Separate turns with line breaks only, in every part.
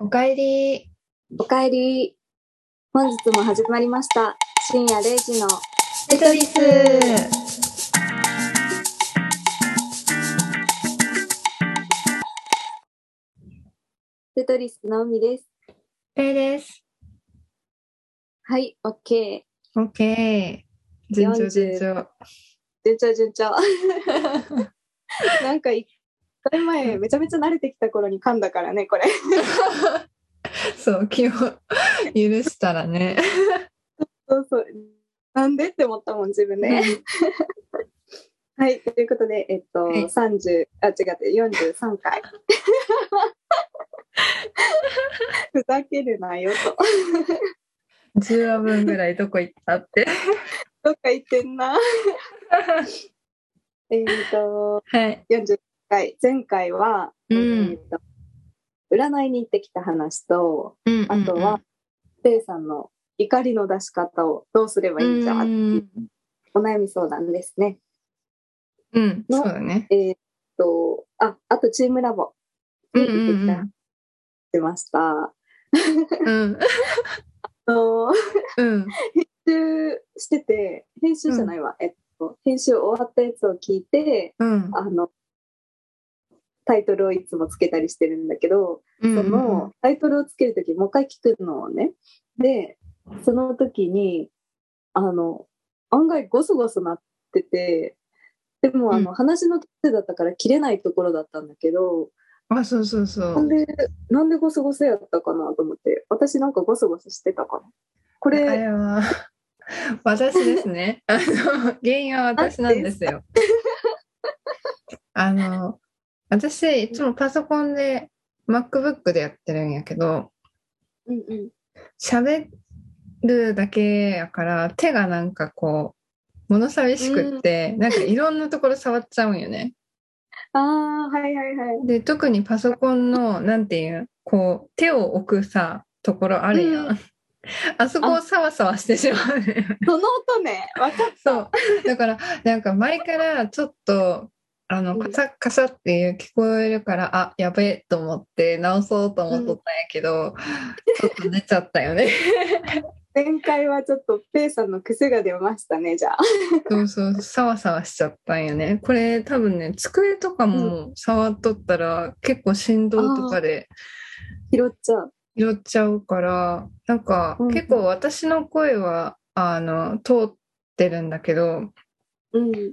おかえり。
おかえり。本日も始まりました。深夜0時の。
テトリス。
テトリスの海です。
ペイです。
はい、オッケ
オッケー。順調
40
順調。
ー。順調順調。なんか一回前、めちゃめちゃ慣れてきた頃に噛んだからね、これ。
そう、気を許したらね。
そうそう。なんでって思ったもん、自分で。はい、ということで、えっと、
はい
30、あ、違って、43回。ふざけるなよと。
10話分ぐらいどこ行ったって。
どっか言ってんな。えっと、
はい。
40回、前回は、
うん
えっと、占いに行ってきた話と、
うん
あとは、、ペイさんの怒りの出し方をどうすれば
う
いい
ん
んじゃ、
うん。
お悩み相談ですね。
うん、そうだね。
えーっと、あ、あとチームラボ。
うん
行ってきた話しました。
うんうん。
あの
うん。
編集してて、編集じゃないわ。えっと、編集終わったやつを聞いて、
うん。
あの、タイトルをいつもつけたりしてるんだけど、
そ
その、タイトルをつけるとき、もう一回聞くのをね。で、その時に、あの、案外ゴソゴソなってて、でも、あの、
うん
話の途中だったから切れないところだったんだけど、
あ、そうそうそ
なん
う。
で、なんでゴソゴソやったかなと思って、私なんかゴソゴソしてたかな。こ
あ
れ、
れは、私です ね。あの、原因は私なんですよ。あの、私、いつもパソコンで MacBook でやってるんやけど、
うんうん。
喋るだけやから、手がなんかこう、物寂しくって、なんかいろんなところ触っちゃうんよね。
ああ、はいはいはい。
で、特にパソコンの、なんていうんこう、手を置くさ、ところあるやん。
う
あそこをサワサワしてしまうね。
その音ね、わかっ
そう。だから、なんか前からちょっと、あの、
うん
カサッカサっていう聞こえるから、あ、やべえと思って直そうと思っとったんやけ ど、ちょっと出ちゃったよね。
前回はちょっとペイさんの癖が出ましたね、じゃあ。
そうそう、サワサワしちゃったんよね。これ多分ね、机とかも触っとったら、結構振動とかで
拾っちゃう。
拾っちゃうから、なんか
うん
結構私の声は、あの、通ってるんだけど、
うん。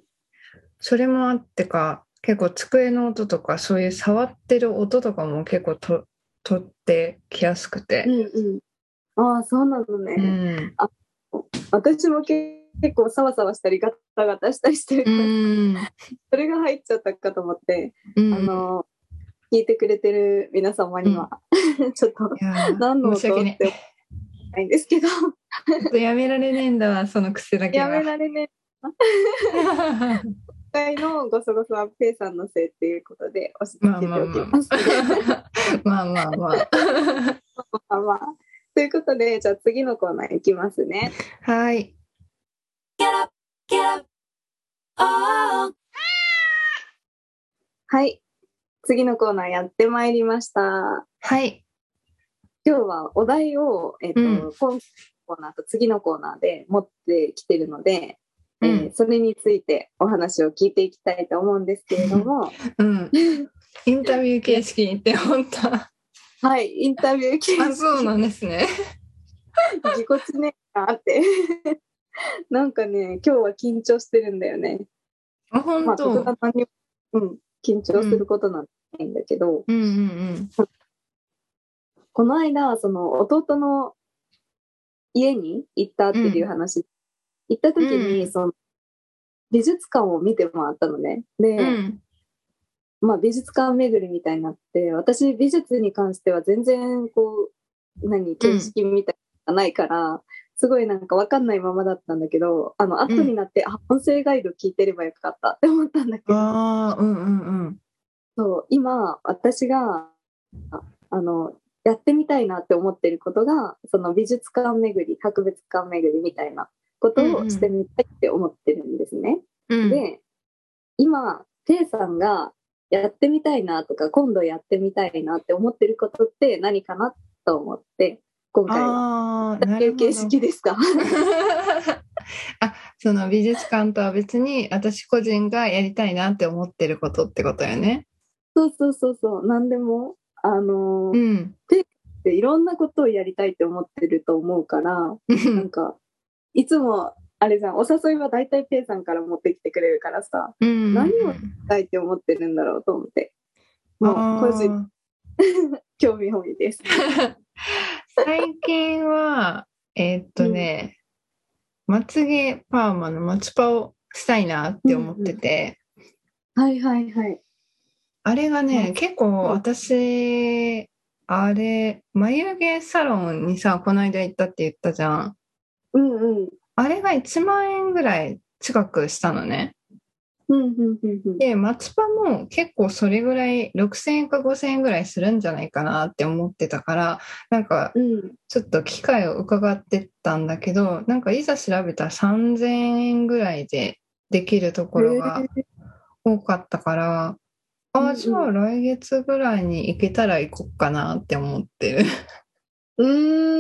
それもあってか結構机の音とかそういう触ってる音とかも結構と取ってきやすく
う
て、
んうん。ああ、そうなの
う
ね。
ん
私もけ結構サワサワしたりガタガタしたりしてる
う
から、
ん
それが入っちゃったかと思って、
うん、
あの、聞いてくれてる皆様には、 ちょっと
いやー
何の音っ
申して
思
訳ね
ってないんですけど、
ちょっとやめられねえんだわその癖だけ
や
は
められねえ。今回のゴソゴソはペイさんのせいっていうことで、おし付けておきます。
まあまあまあ
まあまあということで、じゃあ次のコーナーいきますね。
はい
はい。次のコーナーやってまいりました。
はい
今日はお題を、えっと
うん
今コーナーと次のコーナーで持ってきてるので、
うん
えーそれについてお話を聞いていきたいと思うんですけれど も、
うんインタビュー形式にって本当あ
はい、インタビュー形式
そうなんですね
ぎこちねえなって。 なんかね、今日は緊張してるんだよね。
あ本
まあ、
当、
特段何も、うん、緊張することなんてないんだけど、
うんうん
この間、その弟の家に行ったっていう話、行った時
う
に、
ん
その美術館を見てもらったのね。で、
うんうん
まあ美術館巡りみたいになって、私美術に関しては全然こう、何、見識みたいなのがないから、すごいなんかわかんないままだったんだけど、あの、後になって、あ、音声ガイド聞いてればよかったって思ったんだけど、
ああうんうんうん
そう、今、私が、ああの、やってみたいなって思ってることが、その美術館巡り、博物館巡りみたいなこと
うんう
を
ん
してみたいって思ってるんですね。
うん
で、今、ペイさんがやってみたいなとか、今度やってみたいなって思ってることって何かなと思って、今回は。
ああ、な
卓
る
球
ほ
形
ど。
式ですか
あ、その美術館とは別に私個人がやりたいなって思ってることってことよね。
そうそうそうそう、何でも。あの
う
ー
ん。
でいろんなことをやりたいって思ってると思うから、なんか、いつも、あれじゃん、お誘いは大体ペイさんから持ってきてくれるからさ、
うん。
何をしたいって思ってるんだろうと思って。も
あ
う、
ー
個人、興味本位です。
最近は、えーっとね、まつげパーマのまつパをしたいなって思ってて、
はいはいはい。
あれがね、
うん
結構私、あれ、眉毛サロンにさ、この間行ったって言ったじゃん。
うんうん。
あれが1万円ぐらい近くしたのね。
うんうんうんうん。
で、松葉も結構それぐらい6000円か5000円ぐらいするんじゃないかなって思ってたから、なんか
うん。
ちょっと機会を伺ってたんだけど、なんかいざ調べたら3000円ぐらいでできるところが多かったから、
うん
あ
う
あ、
ん
じゃあ来月ぐらいに行けたら行こっかなって思ってる。
う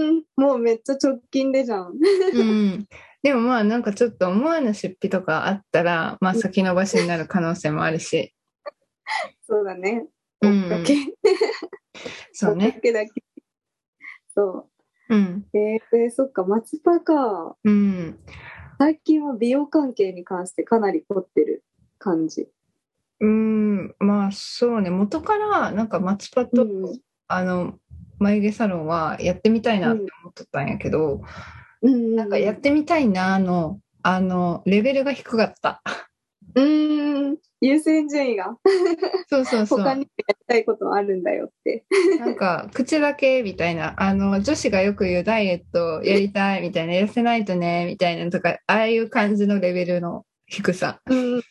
ーん。もうめっちゃ直近でじゃん。
うん、 でもまあなんかちょっと思わぬ出費とかあったら、まあ、先延ばしになる可能性もあるし、
そうだね。
う
追っか
ん、
け。
そう
追っ
ね
か。けだけ。そ
うん、
う。えー、でそっか、松葉か。
うん、
最近は美容関係に関してかなり凝ってる感じ。
うんまあそうね元からなんか松葉
う
と、
んうん。
あの眉毛サロンはやってみたいなって思っとったんやけど、
うん。
なんかやってみたいなのあのレベルが低かった。
うーん。優先順位が
そうそうそう。
他にもやりたいことあるんだよって。
なんか口だけみたいなあの女子がよく言うダイエットやりたいみたいな痩せないとねみたいなのとかああいう感じのレベルの低さ
うん。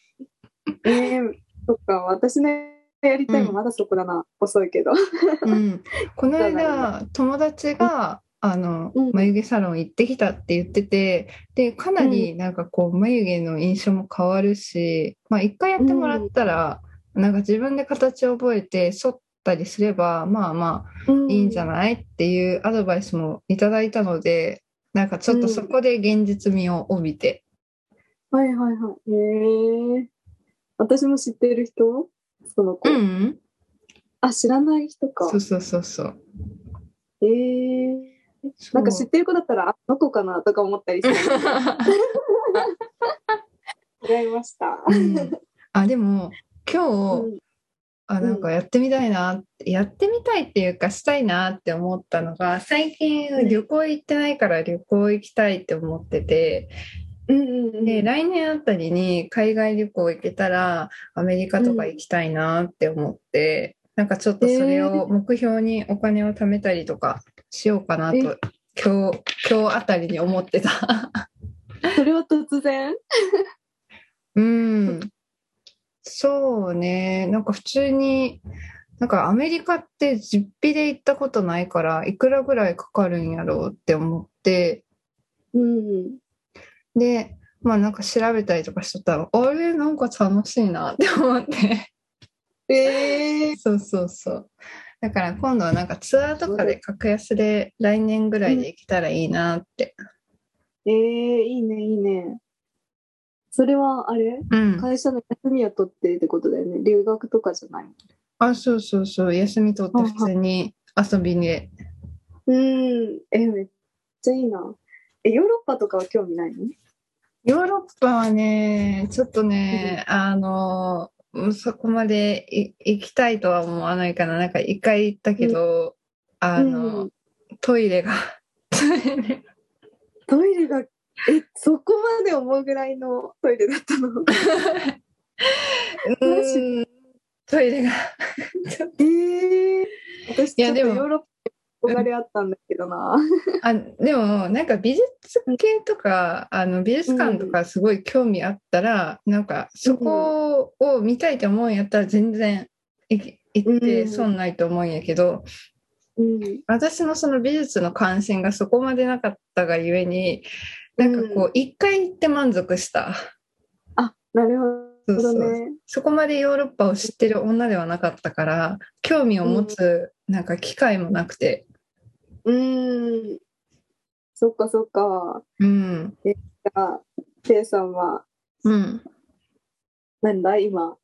えー、そっか、私のやりたいもまだそこだな。遅いけど。
うん、この
そうな
間友達があの
うん
眉毛サロン行ってきたって言っててでかなりなんかこう眉毛の印象も変わるしまあ一回やってもらったらなんか自分で形を覚えて剃ったりすればまあまあいいんじゃ
い
ないっていうアドバイスもいただいたのでなんかちょっとそこで現実味を帯びて
はいはいはい。へえ。私も知ってる人その子、
うん
あ、知らない人か
そ。うそうそうそう
へえ。なんか知ってる子だったら、あどこかなとか思ったりして。違いました。
うんあでも今日、
うん
あなんかやってみたいなって、やってみたいっていうかしたいなって思ったのが最
う
近
ん
旅行行ってないから旅行行きたいって思ってて、
うんうん
で
うん。
来年あたりに海外旅行行けたらアメリカとか行きたいなって思って、なんかちょっとそれを目標にお金を貯めたりとかしようかなと、
え
今日今日あたりに思ってた。
それは突然
うん、そうね、なんか普通に、なんかアメリカって実費で行ったことないから、いくらぐらいかかるんやろうって思って、
うん。
で、まあなんか調べたりとかしとったら、あれ、なんか楽しいなって思って、
ええ。
そうそうそう。だから今度はなんかツアーとかで格安で来年ぐらいで行けたらいいなって。
ええ、いいね、いいね。それは、あれ
うん。
会社の休みを取ってってことだよね。留学とかじゃない。
あ、そうそうそう、休み取って普通に遊びに。
うん。え、めっちゃいいな。え、ヨーロッパとかは興味ないの
ヨーロッパはね、ちょっとね、あの、そこまでい行きたいとは思わないかな。なんか一回行ったけど、あの、
うん
トイ レが、トイレ
トイレが、え、そこまで思うぐらいのトイレだったの。マジ
うんトイレが、
えー、私、
い
ちょ
や
っと
で
ヨ
も
ーロッパに憧れあったんだけどな。
あ、でもなんか美術系とか、あの美術館とかすごい興味あったら、なんかそこを見たいと思うんやったら全然行き行って損ないと思うんやけど、
うん。
私のその美術の関心がそこまでなかったがゆえになんかこう一回行って満足した、
あ、なる
そう
ほ
そ
ど
う
ね。
そこまでヨーロッパを知ってる女ではなかったから興味を持つなんか機会もなくて、
うーん。そっかそっか。
うん
じゃあ、ていさんは、
うん、
なんだ今、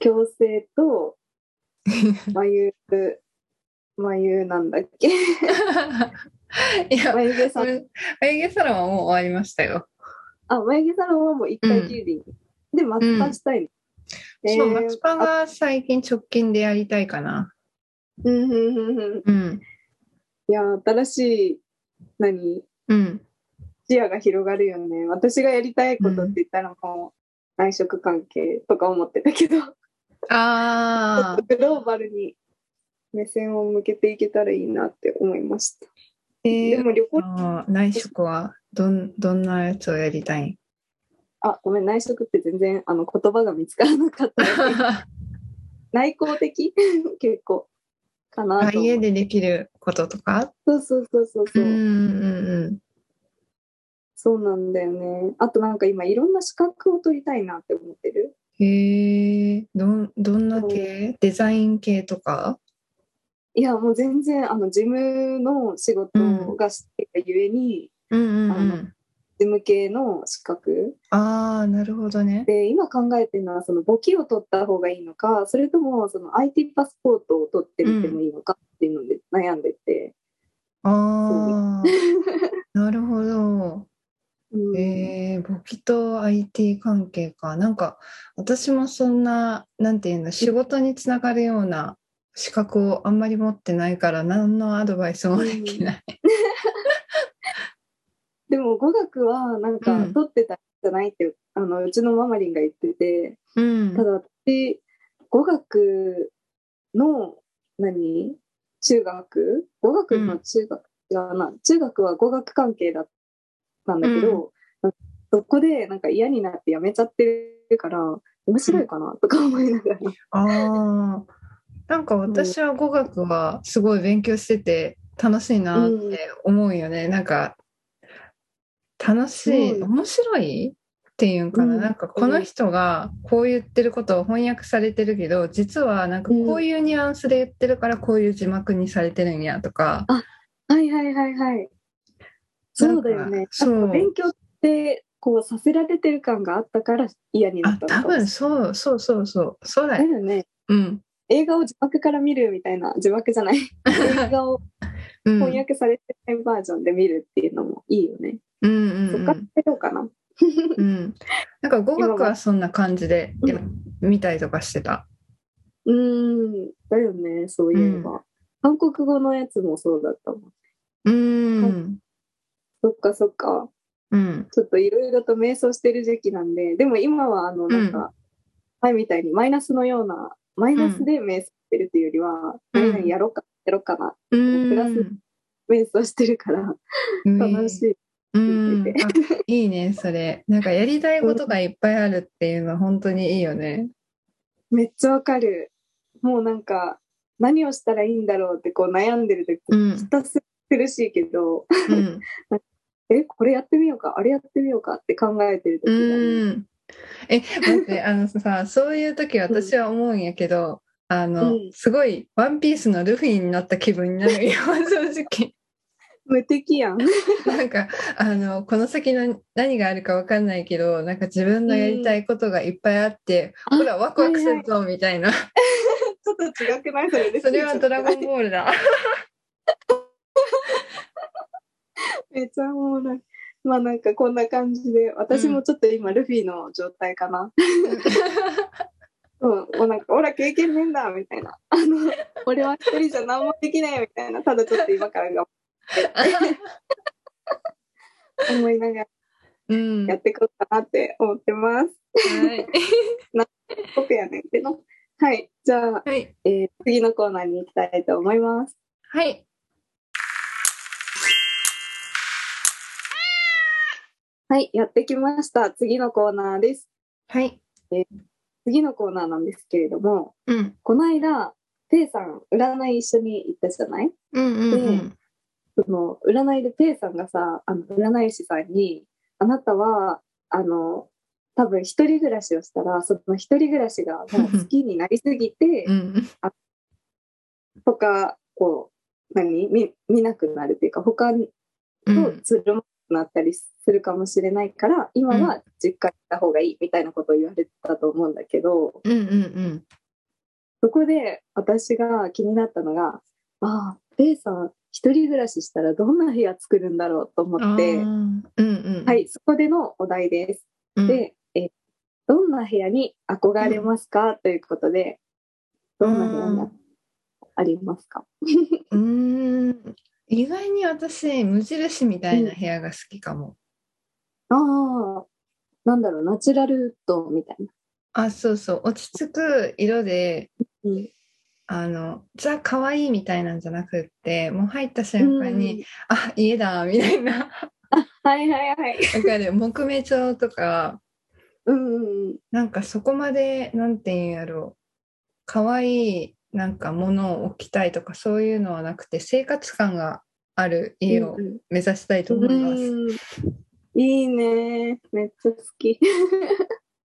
矯正 と、眉、眉なんだっけ
いや
眉毛さん。
眉毛サロンはもう終わりましたよ。
あ、眉毛サロンはもう一回きりでいい。で、マスパしたいの。
そう
えー
松葉が最近直近でやりたいかな。
うんうんうんうん
うん
いや、新しい、何
うん
視野が広がるよね。私がやりたいことって言ったらもう、内職関係とか思って たけど、
ああ
グローバルに目線を向けていけたらいいなって思いました。
え
で
ー
も旅行、
あの内職はどんどんなやつをやりた い
あ、ごめん、内職って全然あの言葉が見つからなかった。 内向的 結構。かな
あ
と思
家
う。
でできることとか
そうそうそうそうそうう。
んうん
そうなんだよね。あとなんか今いろんな資格を取りたいなって思ってる。
うんへえどんどんな系デザイン系とか
いや、もう全然、あの、事務の仕事がしてたゆえに、
うんうんう
あの
ん
事務系の資格
ああなるほどね
で今考えてるのはその簿記を取った方がいいのかそれともその IT パスポートを取ってみてもいいのかっていうので悩んでて、
ああ なるほど
うん
えー、簿記と IT 関係か。なんか、私もそんな、なんていうの、仕事につながるような資格をあんまり持ってないから、何のアドバイスもできない。
でも語学はなん
う
か
ん
取ってたんじゃないっていう,、あのうちのママリンが言ってて
うん。
ただ私語学の何中学語学の中学、違うな中学は語学関係だったんだけど、そこでなんか嫌になってやめちゃってるから面白いかなとか思い ながら。
ああ。なんか私は語学はすごい勉強してて楽しいなって思うよね。なんか、楽しい、
うん
面白いっていうんかな。
うん
なんかこの人がこう言ってることを翻訳されてるけど、実はなんかこういうニュアンスで言ってるからこういう字幕にされてるんやとか。
はいはいはいはい。そうだよね。
そう
なんか勉強って、こうさせられてる感があったから嫌にな
あ
っ、たの
多
かも
分そうそうそうそう。そうだ
だ
よ。
よね。
うん。
映画を字幕から見るみたいな、字幕じ ゃない。映画を
うん。
翻訳されてないバージョンで見るっていうのもいいよね。
うんうん
そっ
う
から
ん。
やろうかな。
うん。なんか語学はそんな感じで
うん
や見たりとかしてた。
うーん。だよね、そういえば。韓国語のやつもそうだったもん。
うん。
そっかそっか。
うん。
ちょっといろいろと迷走してる時期なんで、でも今はあの、なんか、前みたいにマイナスのような、マイナスで迷走してるっていうよりは、
うん
何々やろうか、やろうかな、
うん
プラス迷走してるから、楽しい。
うんあいいね、それ。なんかやりたいことがいっぱいあるっていうのは本当にいいよね。
めっちゃわかる。もうなんか、何をしたらいいんだろうってこう悩んでる時、
うん
ひ。たすら苦しいけど、
うん。
え、これやってみようか、あれやってみようかって考えてる時だね。
うん。え、待って、あのさ、そういう時私は思うんやけど、あの、
うん
すごい、ワンピースのルフィになった気分にな るよ、正直。
無敵やん。
なんかあのこの先の何があるかわかんないけどなんか自分のやりたいことがいっぱいあって、
うん
ほらワクワクするぞみたいな、
ちょっと違くないそれで。
それは「ドラゴンボールだ」
めっちゃおもろい。まあなんかこんな感じで、私もちょっと今ルフィの状態 かな。うん、もうなんか、俺は経験ねえんだみたいな。あの、俺は一人じゃ何もできないみたいな。ただちょっと今からが思いながら
うん
や
は
っていこうかなって思ってま
い、
す。僕やねんけど。はい。じゃあ、
はい
えー次のコーナーに行きたいと思います。
はい、
はい。やってきました。次のコーナーです。
はい、
次のコーナーなんですけれども、
うん
この間、ペイさん、占い一緒に行ったじゃない
うんうんうん
その占いでペイさんがさあの占い師さんに「あなたはあの多分一人暮らしをしたら、その一人暮ら しがもう好きになりすぎて、
うん。
他、こう、何見見なくなるっていうか、他と
うん。
つるまくなったりするかもしれないから、今は実家に行った方がいいみたいなことを言われたと思うんだけど、
うんうん
そこで私が気になったのが、ああ、ベイさん、一人暮らししたらどんな部屋作るんだろうと
うん。あ
思
ー
って
う、んうん。
はい、そこでのお題です。
うん。
で、えどんな部屋に憧れますか、ということで、どんな部屋
う
がありますか、
うーん。意外に私、無印みたいな部屋が好きかも。
ああ、なんだろう、ナチュラルウッドみたいな。
あ、そうそう。落ち着く色で、
うん
あの、ザ可愛いみたいなんじゃなくって、もう入った瞬間に、
うん
あ、家だ、みたいな。
はいはいはい。
わかる。木目調とか、
うんうんうん。
なんかそこまで、なんていうんやろう。可愛い、なんか物を置きたいとか、そういうのはなくて、生活感がある家を
うんうん
目指したいと思います。
うんいいね。めっちゃ好き。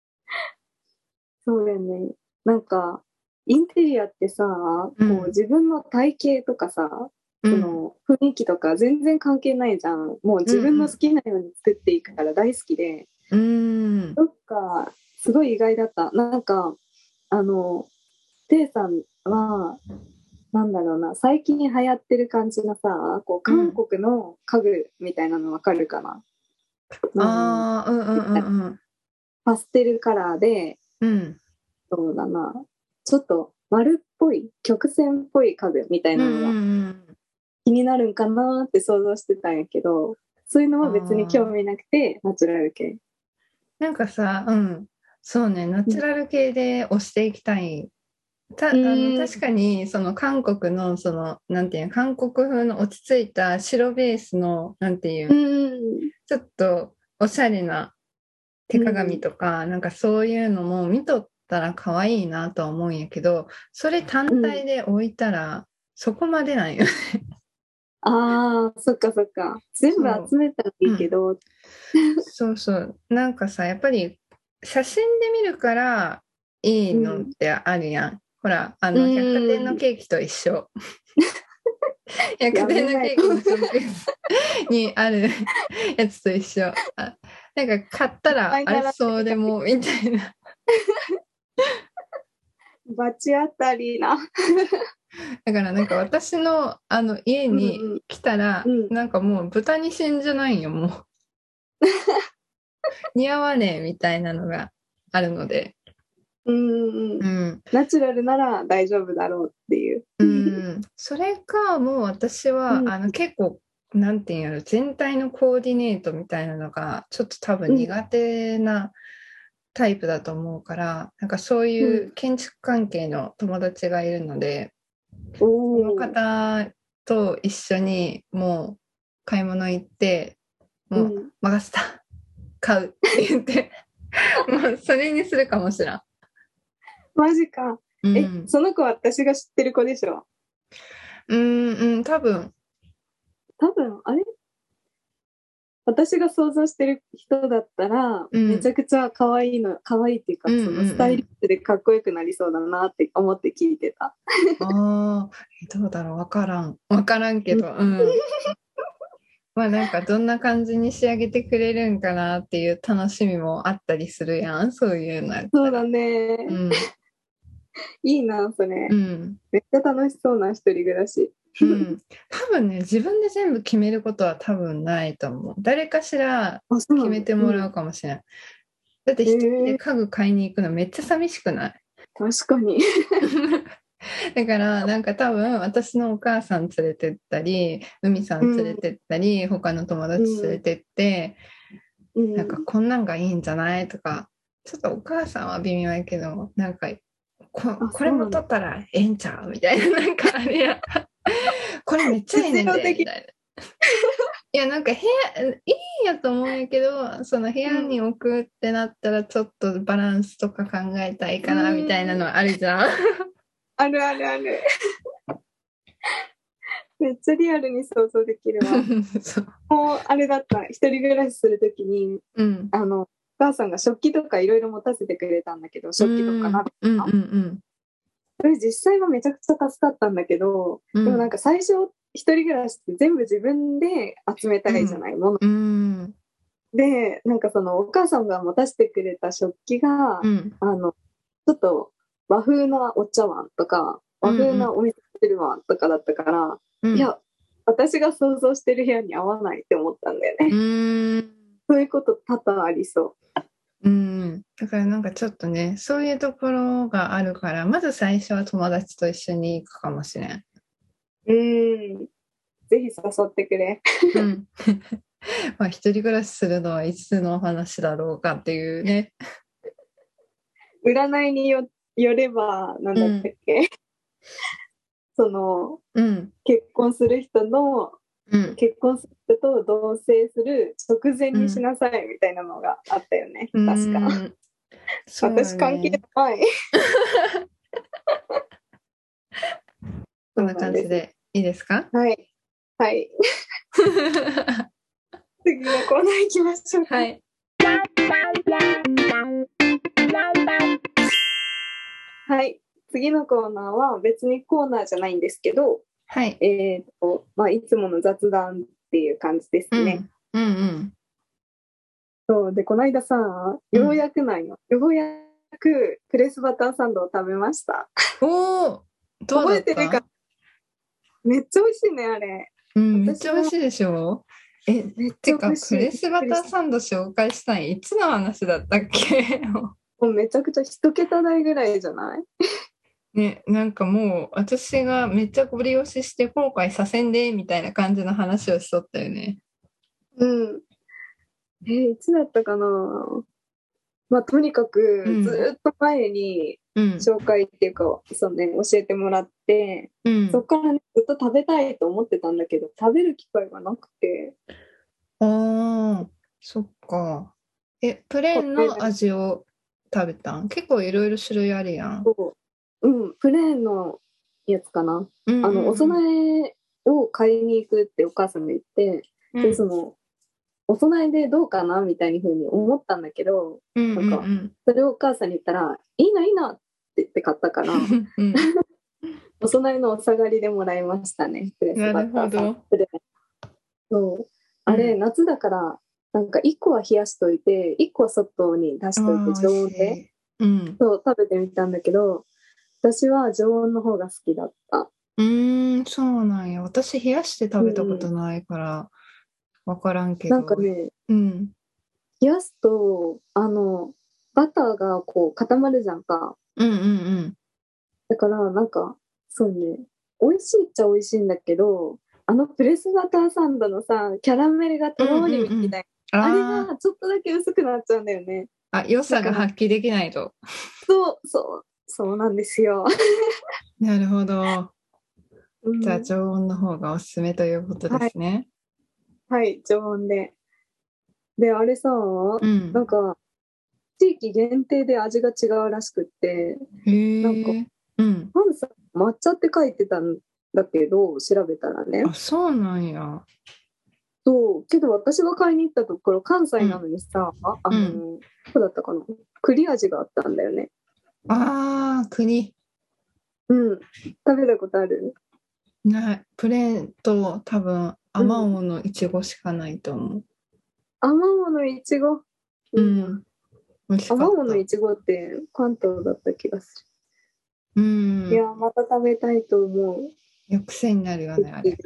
そうだよね。なんか、インテリアってさ、
うん
こう自分の体型とかさ、
うん
その雰囲気とか全然関係ないじゃん。もう自分の好きなように作っていくから大好きで、
うん。
そっか、すごい意外だった。なんか、あの、ていさんは、なんだろうな、最近流行ってる感じのさ、こう、韓国の家具みたいなのわかるかな、あの
ああ、うんうんうんうん。
パステルカラーで、
うん。
そうだな、ちょっと丸っぽい、曲線っぽい家具みたいなのが気になるんかなって想像してたんやけど、そういうのは別に興味なくて、ナチュラル系。
なんかさ、うん、そうね、ナチュラル系で押していきたい。たあ
うん
の確かに、その韓国の、その、なんていうの韓国風の落ち着いた白ベースの、なんていうの
ん。
ちょっとおしゃれな手鏡とか、なんかそういうのも見とったら可愛いなとは思うんやけど、それ単体で置いたら、そこまでなん よ。
ああ、そっかそっか。全部集めたらいいけど、
そうそう。なんかさ、やっぱり写真で見るからいいのってあるやん。ほら、あの、
うん
百貨店のケーキと一 緒。百貨店のケーキのショーケースにあるやつと一緒。あなんか買ったら、あ
いっぱい並んで
れそうでも、みたいな。
罰当たりな。
だからなんか私のあの家に
うんうん
来たら、
うん
なんかもう豚に死んじゃないよ、もう。 似合わねえみたいなのがあるので。
うんうん
う、ん。
ナチュラルなら大丈夫だろうっていう。
うん、それかもう私は、
うん
あの結構なんていうんやろ全体のコーディネートみたいなのがちょっと多
う
分
ん
苦手なタイプだと思うから、なんかそういうう建築関係の友達がいるので、
お
その方と一緒にもう買い物行ってもう任せた 買うって言って もうそれにするかもしら
マジか。
ん。うん
え、その子は私が知ってる子でしょ
うんうん多 分
多分、あれ私が想像してる人だったら、
うん
めちゃくちゃ可愛いの、可愛いっていうか、
うんうん
そ
うん
のスタイリッシュでかっこよくなりそうだなって思って聞いてた。
ああ、どうだろう、わからん。わからんけど、うん。 まあなんかどんな感じに仕上げてくれるんかなっていう楽しみもあったりするやん、そういうのやった
そう
ら
だね。
うん、
いいな、それ
う。ん、
めっちゃ楽しそうな一人暮らし。
うん。多分ね、自分で全部決めることは多分ないと思う。誰かしら
あ、そう
決
なの
めてもらうかもしれない。だって一人で家具買いに行くのめっちゃ寂しくない
うん確かに。
だからなんか多分私のお母さん連れてったり海さん連れてったり、他の友達連れてって、
うん
なんかこんなんがいいんじゃないとかちょっとお母さんは微妙やけどなんかここれも取ったらええんちゃうみたいななんかあれ やこれめっちゃええねんで
実用的
みたいな。いやなんか部屋いいやと思うんやけどその部屋に置くってなったらちょっとバランスとか考えたいかなみたいなのはあるじゃん。
あるあるある。めっちゃリアルに想 像できるわ。
そう
もうあれだった。一人暮らしするときに、
うん
あの、母さんが食器とかいろいろ持たせてくれたんだけど、食器とか鍋
うんうん
それ実際はめちゃくちゃ助かったんだけど、
うん。
でもなんか最初一人暮らしって全部自分で集めたいじゃないもの、
うん
でなんかそのお母さんが持たせてくれた食器が、
うん
あのちょっと和風なお茶碗とか和風なお店してる碗とかだったから、
うん。
いや私が想像してる部屋に合わないって思ったんだよね、
うん。
そういうこと多々ありそ
うん。
だからなんかちょっとね、そういうところがあるから、まず最初は友達と一緒に行くかもしれん。
ううんぜひ誘ってくれ
うん。
まあ、一人暮らしするのはいつの話だろうかっていうね。
占いによよればなんだったっけ、 その
うん。
結婚する人の
うん。
結婚する人と同棲する直前にしなさいみたいなのがあったよね、確か、
か。
そうだね
私関係ない
こんな感じでいいですか
はいはい次のコーナー行きましょうか
はい。
はい次のコーナーは別にコーナーじゃないんですけど、
はい。
えーとまあ、いつもの雑談っていう感じです
うん。
ね。
うんうん。
そうでこの間さようやくなんよ、ようやくプレスバターサンドを食べました。
おお。
どうだっ
覚えて
た
るかめっちゃ美味しいねあれ。
うん、めっちゃ美味しいでしょえ、
めっち
て
ゃ美
か、
味し
プ
い。
レスバタ
びっく
ー
りし
サンド紹介したい。いつの話だったっ け
たもうめちゃくちゃ一桁台ぐらいじゃない
ね、なんかもう、私がめっちゃご利用しして後悔させんで、みたいな感じの話をしとったよね。
うん。えーいつだったかなまあ、とにかく
うん、
ずーっと前に
うん。
紹介っていうか、そうね、教えてもらって、
うん
そっからね、ずっと食べたいと思ってたんだけど、食べる機会がなくて、
ああ、そっか。え、プレーンの味を食べたん結構いろいろ種類あるやん。
そう、うん、プレーンのやつかな。
うん。
あの、お供えを買いに行くってお母さんが言って、
うん
で、その、お供えでどうかなみたいな風に思ったんだけど、
うんうん
なんかそれをお母さんに言ったら、いいな、いいなって言って買ったから、
うん。
お供えのお下がりでもらいましたね、プレスバター
なるほど
プレゼントそう。あれ、
うん
夏だから、なんか1個は冷やしといて、1個は外に出しといて、
あー
常温
美味
で、
しい
うん。
そう、食べてみたんだけど、私は常温の方が好きだった。
うーん、そうなんや。私、冷やして食べたことないから、わからんけど。
なんかね、
うん。
冷やすと、あの、バターがこう固まるじゃんか。
うんうん
だから、なんか、そうね、美味しいっちゃ美味しいんだけど、あのプレスバターサンドのさ、キャラメルがとろりみたいな、
うんうんうん
あれ
あ
がちょっとだけ薄くなっちゃうんだよね。
あ、あ、良さが発揮できないと。
そう、そう、そうなんですよ。
なるほど。
うん
じゃあ、常温の方がおすすめということですね。
はい、常温で。で、あれさ、
うん。
なんか、地域限定で味が違うらしくって、
へ
なんか
え。
うん。
パンさん、抹茶って書いてたんだけど、調べたらね。
あ、そうなんや。
そう、けど私が買いに行ったところ、関西なのにさ、あの、どうだったかな栗味があったんだよね。
ああ、国。
うん。食べたことある
ない。プレーンと多分、アマオのいちごしかないと思う。
甘物のいちご。
うん。美味しか
ア
った。
マモのいちごって関東だった気がす
うん
る。いや、また食べたいと思
いや癖になるよ
う。
ね、あれ。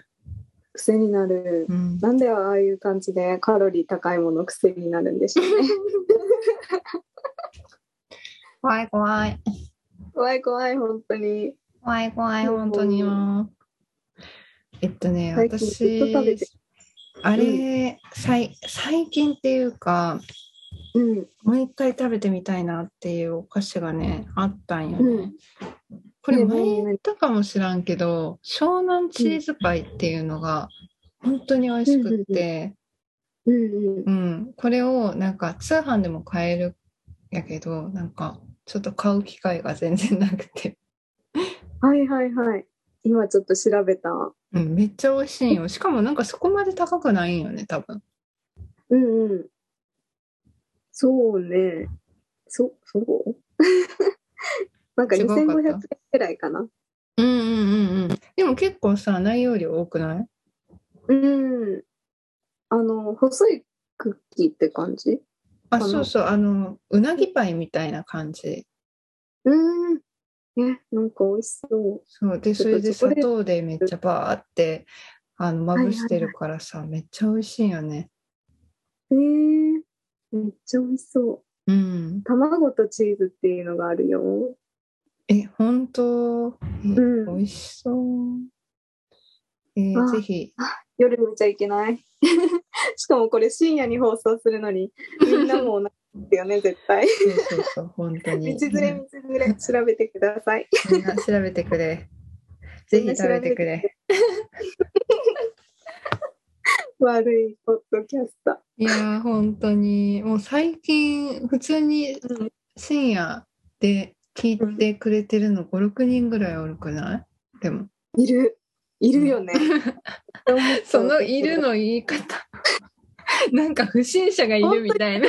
癖になる。
うん。
なんでああいう感じでカロリー高いもの癖になるんでしょう ね。
怖い怖い。
怖い怖い、本当に。
怖い怖い、
うん
本当によ。えっとね、
最近ずっと食べて
私、あれ、さい最近っていうか、
うん。
もう一回食べてみたいなっていうお菓子がね、あったんよ
う
ね
ん。
これ
ね
前
何
言ったかもしらんけど、湘南チーズパイっていうのが本当に美味しくって、
うんうん。
うん、これをなんか通販でも買えるんやけど、なんかちょっと買う機会が全然なくて。
はいはいはい。今ちょっと調べた。
うん、めっちゃ美味しいよ。しかもなんかそこまで高くないんよね、多分。
うんうん。そうね。そ、そう なんか
すごかった
2500円くらいかな。
うんうんうんうん。
でも結構さ、内容量多くない
うん。あの、細いクッキーって感じ
あ、
の
そうそう、あの、うなぎパイみたいな感じ。
うん。ね、なんか美味しそう。
そう。で、
ち
そ
ょっ
れ
と
で
そ
砂
こで
糖でめっちゃバーって、あの、まぶしてるからさ、めっちゃ美味しいよね。
えー、めっちゃ美味しそう。
うん。
卵とチーズっていうのがあるよ。
え、本当
う
え美
ん。
味しそう。え
あ
ー、ぜひ。
夜寝ちゃいけない。 しかもこれ深夜に放送するのに、みんなもうなんです よね、絶対。
そうそうそう、本当
道
に。
連れ、道連れ、調べてください。
みんな調べてくれ。ぜひ食べてくれ。
悪いポッドキャスタ
いやー、本当に。もう最近、普通に
ー。
深夜で聞いてくれてるの5、6人ぐらいおるくないでも。
いる。いる よね。
そのいるの言い方。 なんか不審者がいるみたいな。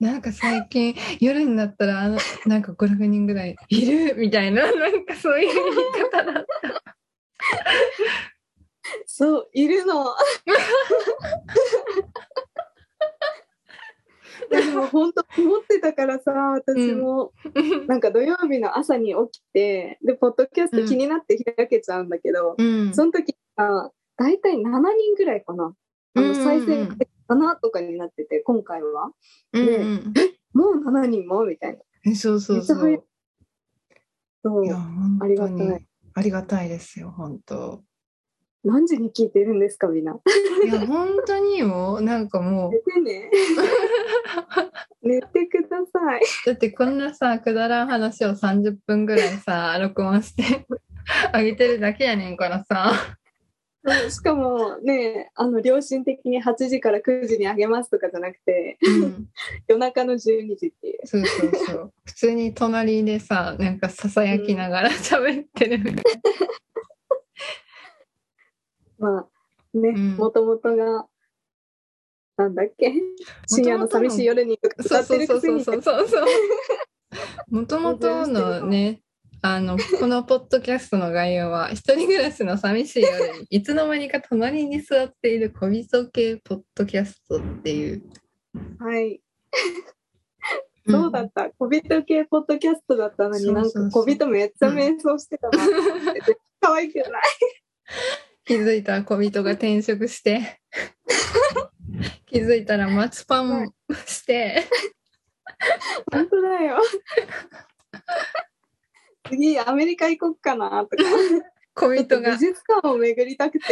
なんか最近夜になったらあのなんか56人ぐらいいるみたいななんかそういう言い方だ
そう、いるの。でも本当思ってたからさ、私も、なんか土曜日の朝に起きて、で、ポッドキャスト気になって開けちゃうんだけど、
うん。
その時が、だいたい7人ぐらいかな。あの、再
うんう
生
ん
7とかになってて、今回は。
うんうん
もう7人もみたいな。
えそうそうそ
めっ
う。
そう
いや本
ありが
当
た
に
い。
ありがたいですよ本当。
何時に聞いてるんですか、みんな。
いや本当によなんかもう
寝てね。寝てください。
だってこんなさくだらん話を30分ぐらいさ録音して あげてるだけやねんからさ
うんしかもね、あの、良心的に8時から9時にあげますとかじゃなくて、
うん。
夜中の12時ってい う。
そうそうそう普通に隣でさなんかささやきながら 喋ってるみたい
まあ、ね、
うん
もともとが、なんだっけ深夜の寂しい夜にとか
な
歌ってる
そう
くせ
そう
に、
そうそうそうもともとのねあのこのポッドキャストの概要は「一人暮らしの寂しい夜にいつの間にか隣に座っている小人系ポッドキャスト」っていう、
はい、
ん
そうだった。小人系ポッドキャストだったのに、
そう
な
そうんそう
か小人めっちゃ瞑想し てたなと思って。可愛くない
気づいたら小人が転職して 気づいたらマツパンして
本当だよ。次、アメリカ行こっかなとか。
小
ちょっと
人が
美術館を巡り たくて。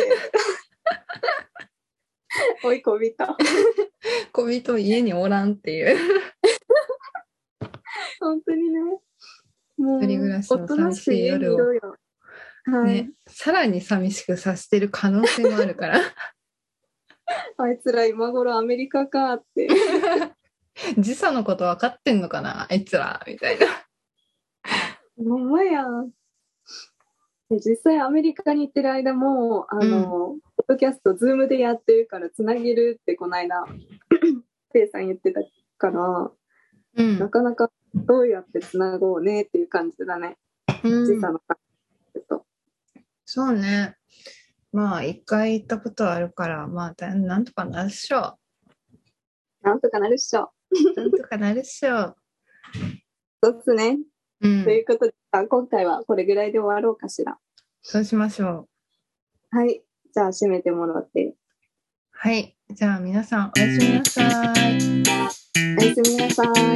おい、小人。
小人家におらんっていう
本当にね。もう、
一人暮らし
お
の
とな
寂
し
し
く
い
家にい
夜を
ろよ。はい、
ねさらに寂しくさせてる可能性もあるから
あいつら今頃アメリカかって。
時差のこと分かってんのかなあいつらみたいな
ほんまやん。で実際アメリカに行ってる間も、あの、ポッドキャスト、ズームでやってるからつなげるってこの間、ペイさん言ってたから、
うん
なかなかどうやってつなごうねっていう感じだね。
うん
時差の関係と。
そうねまあ一回行ったことはあるからまあだなんとかなるっしょ
なんとかなるっしょ。
なんとかなるっしょ
そうっすね。
うん
ということで、あ今回はこれぐらいで終わろうかしら。
そうしましょう
はい。じゃあ、締めてもらって。
はいじゃあ皆さんおやすみなさい
おやすみなさい。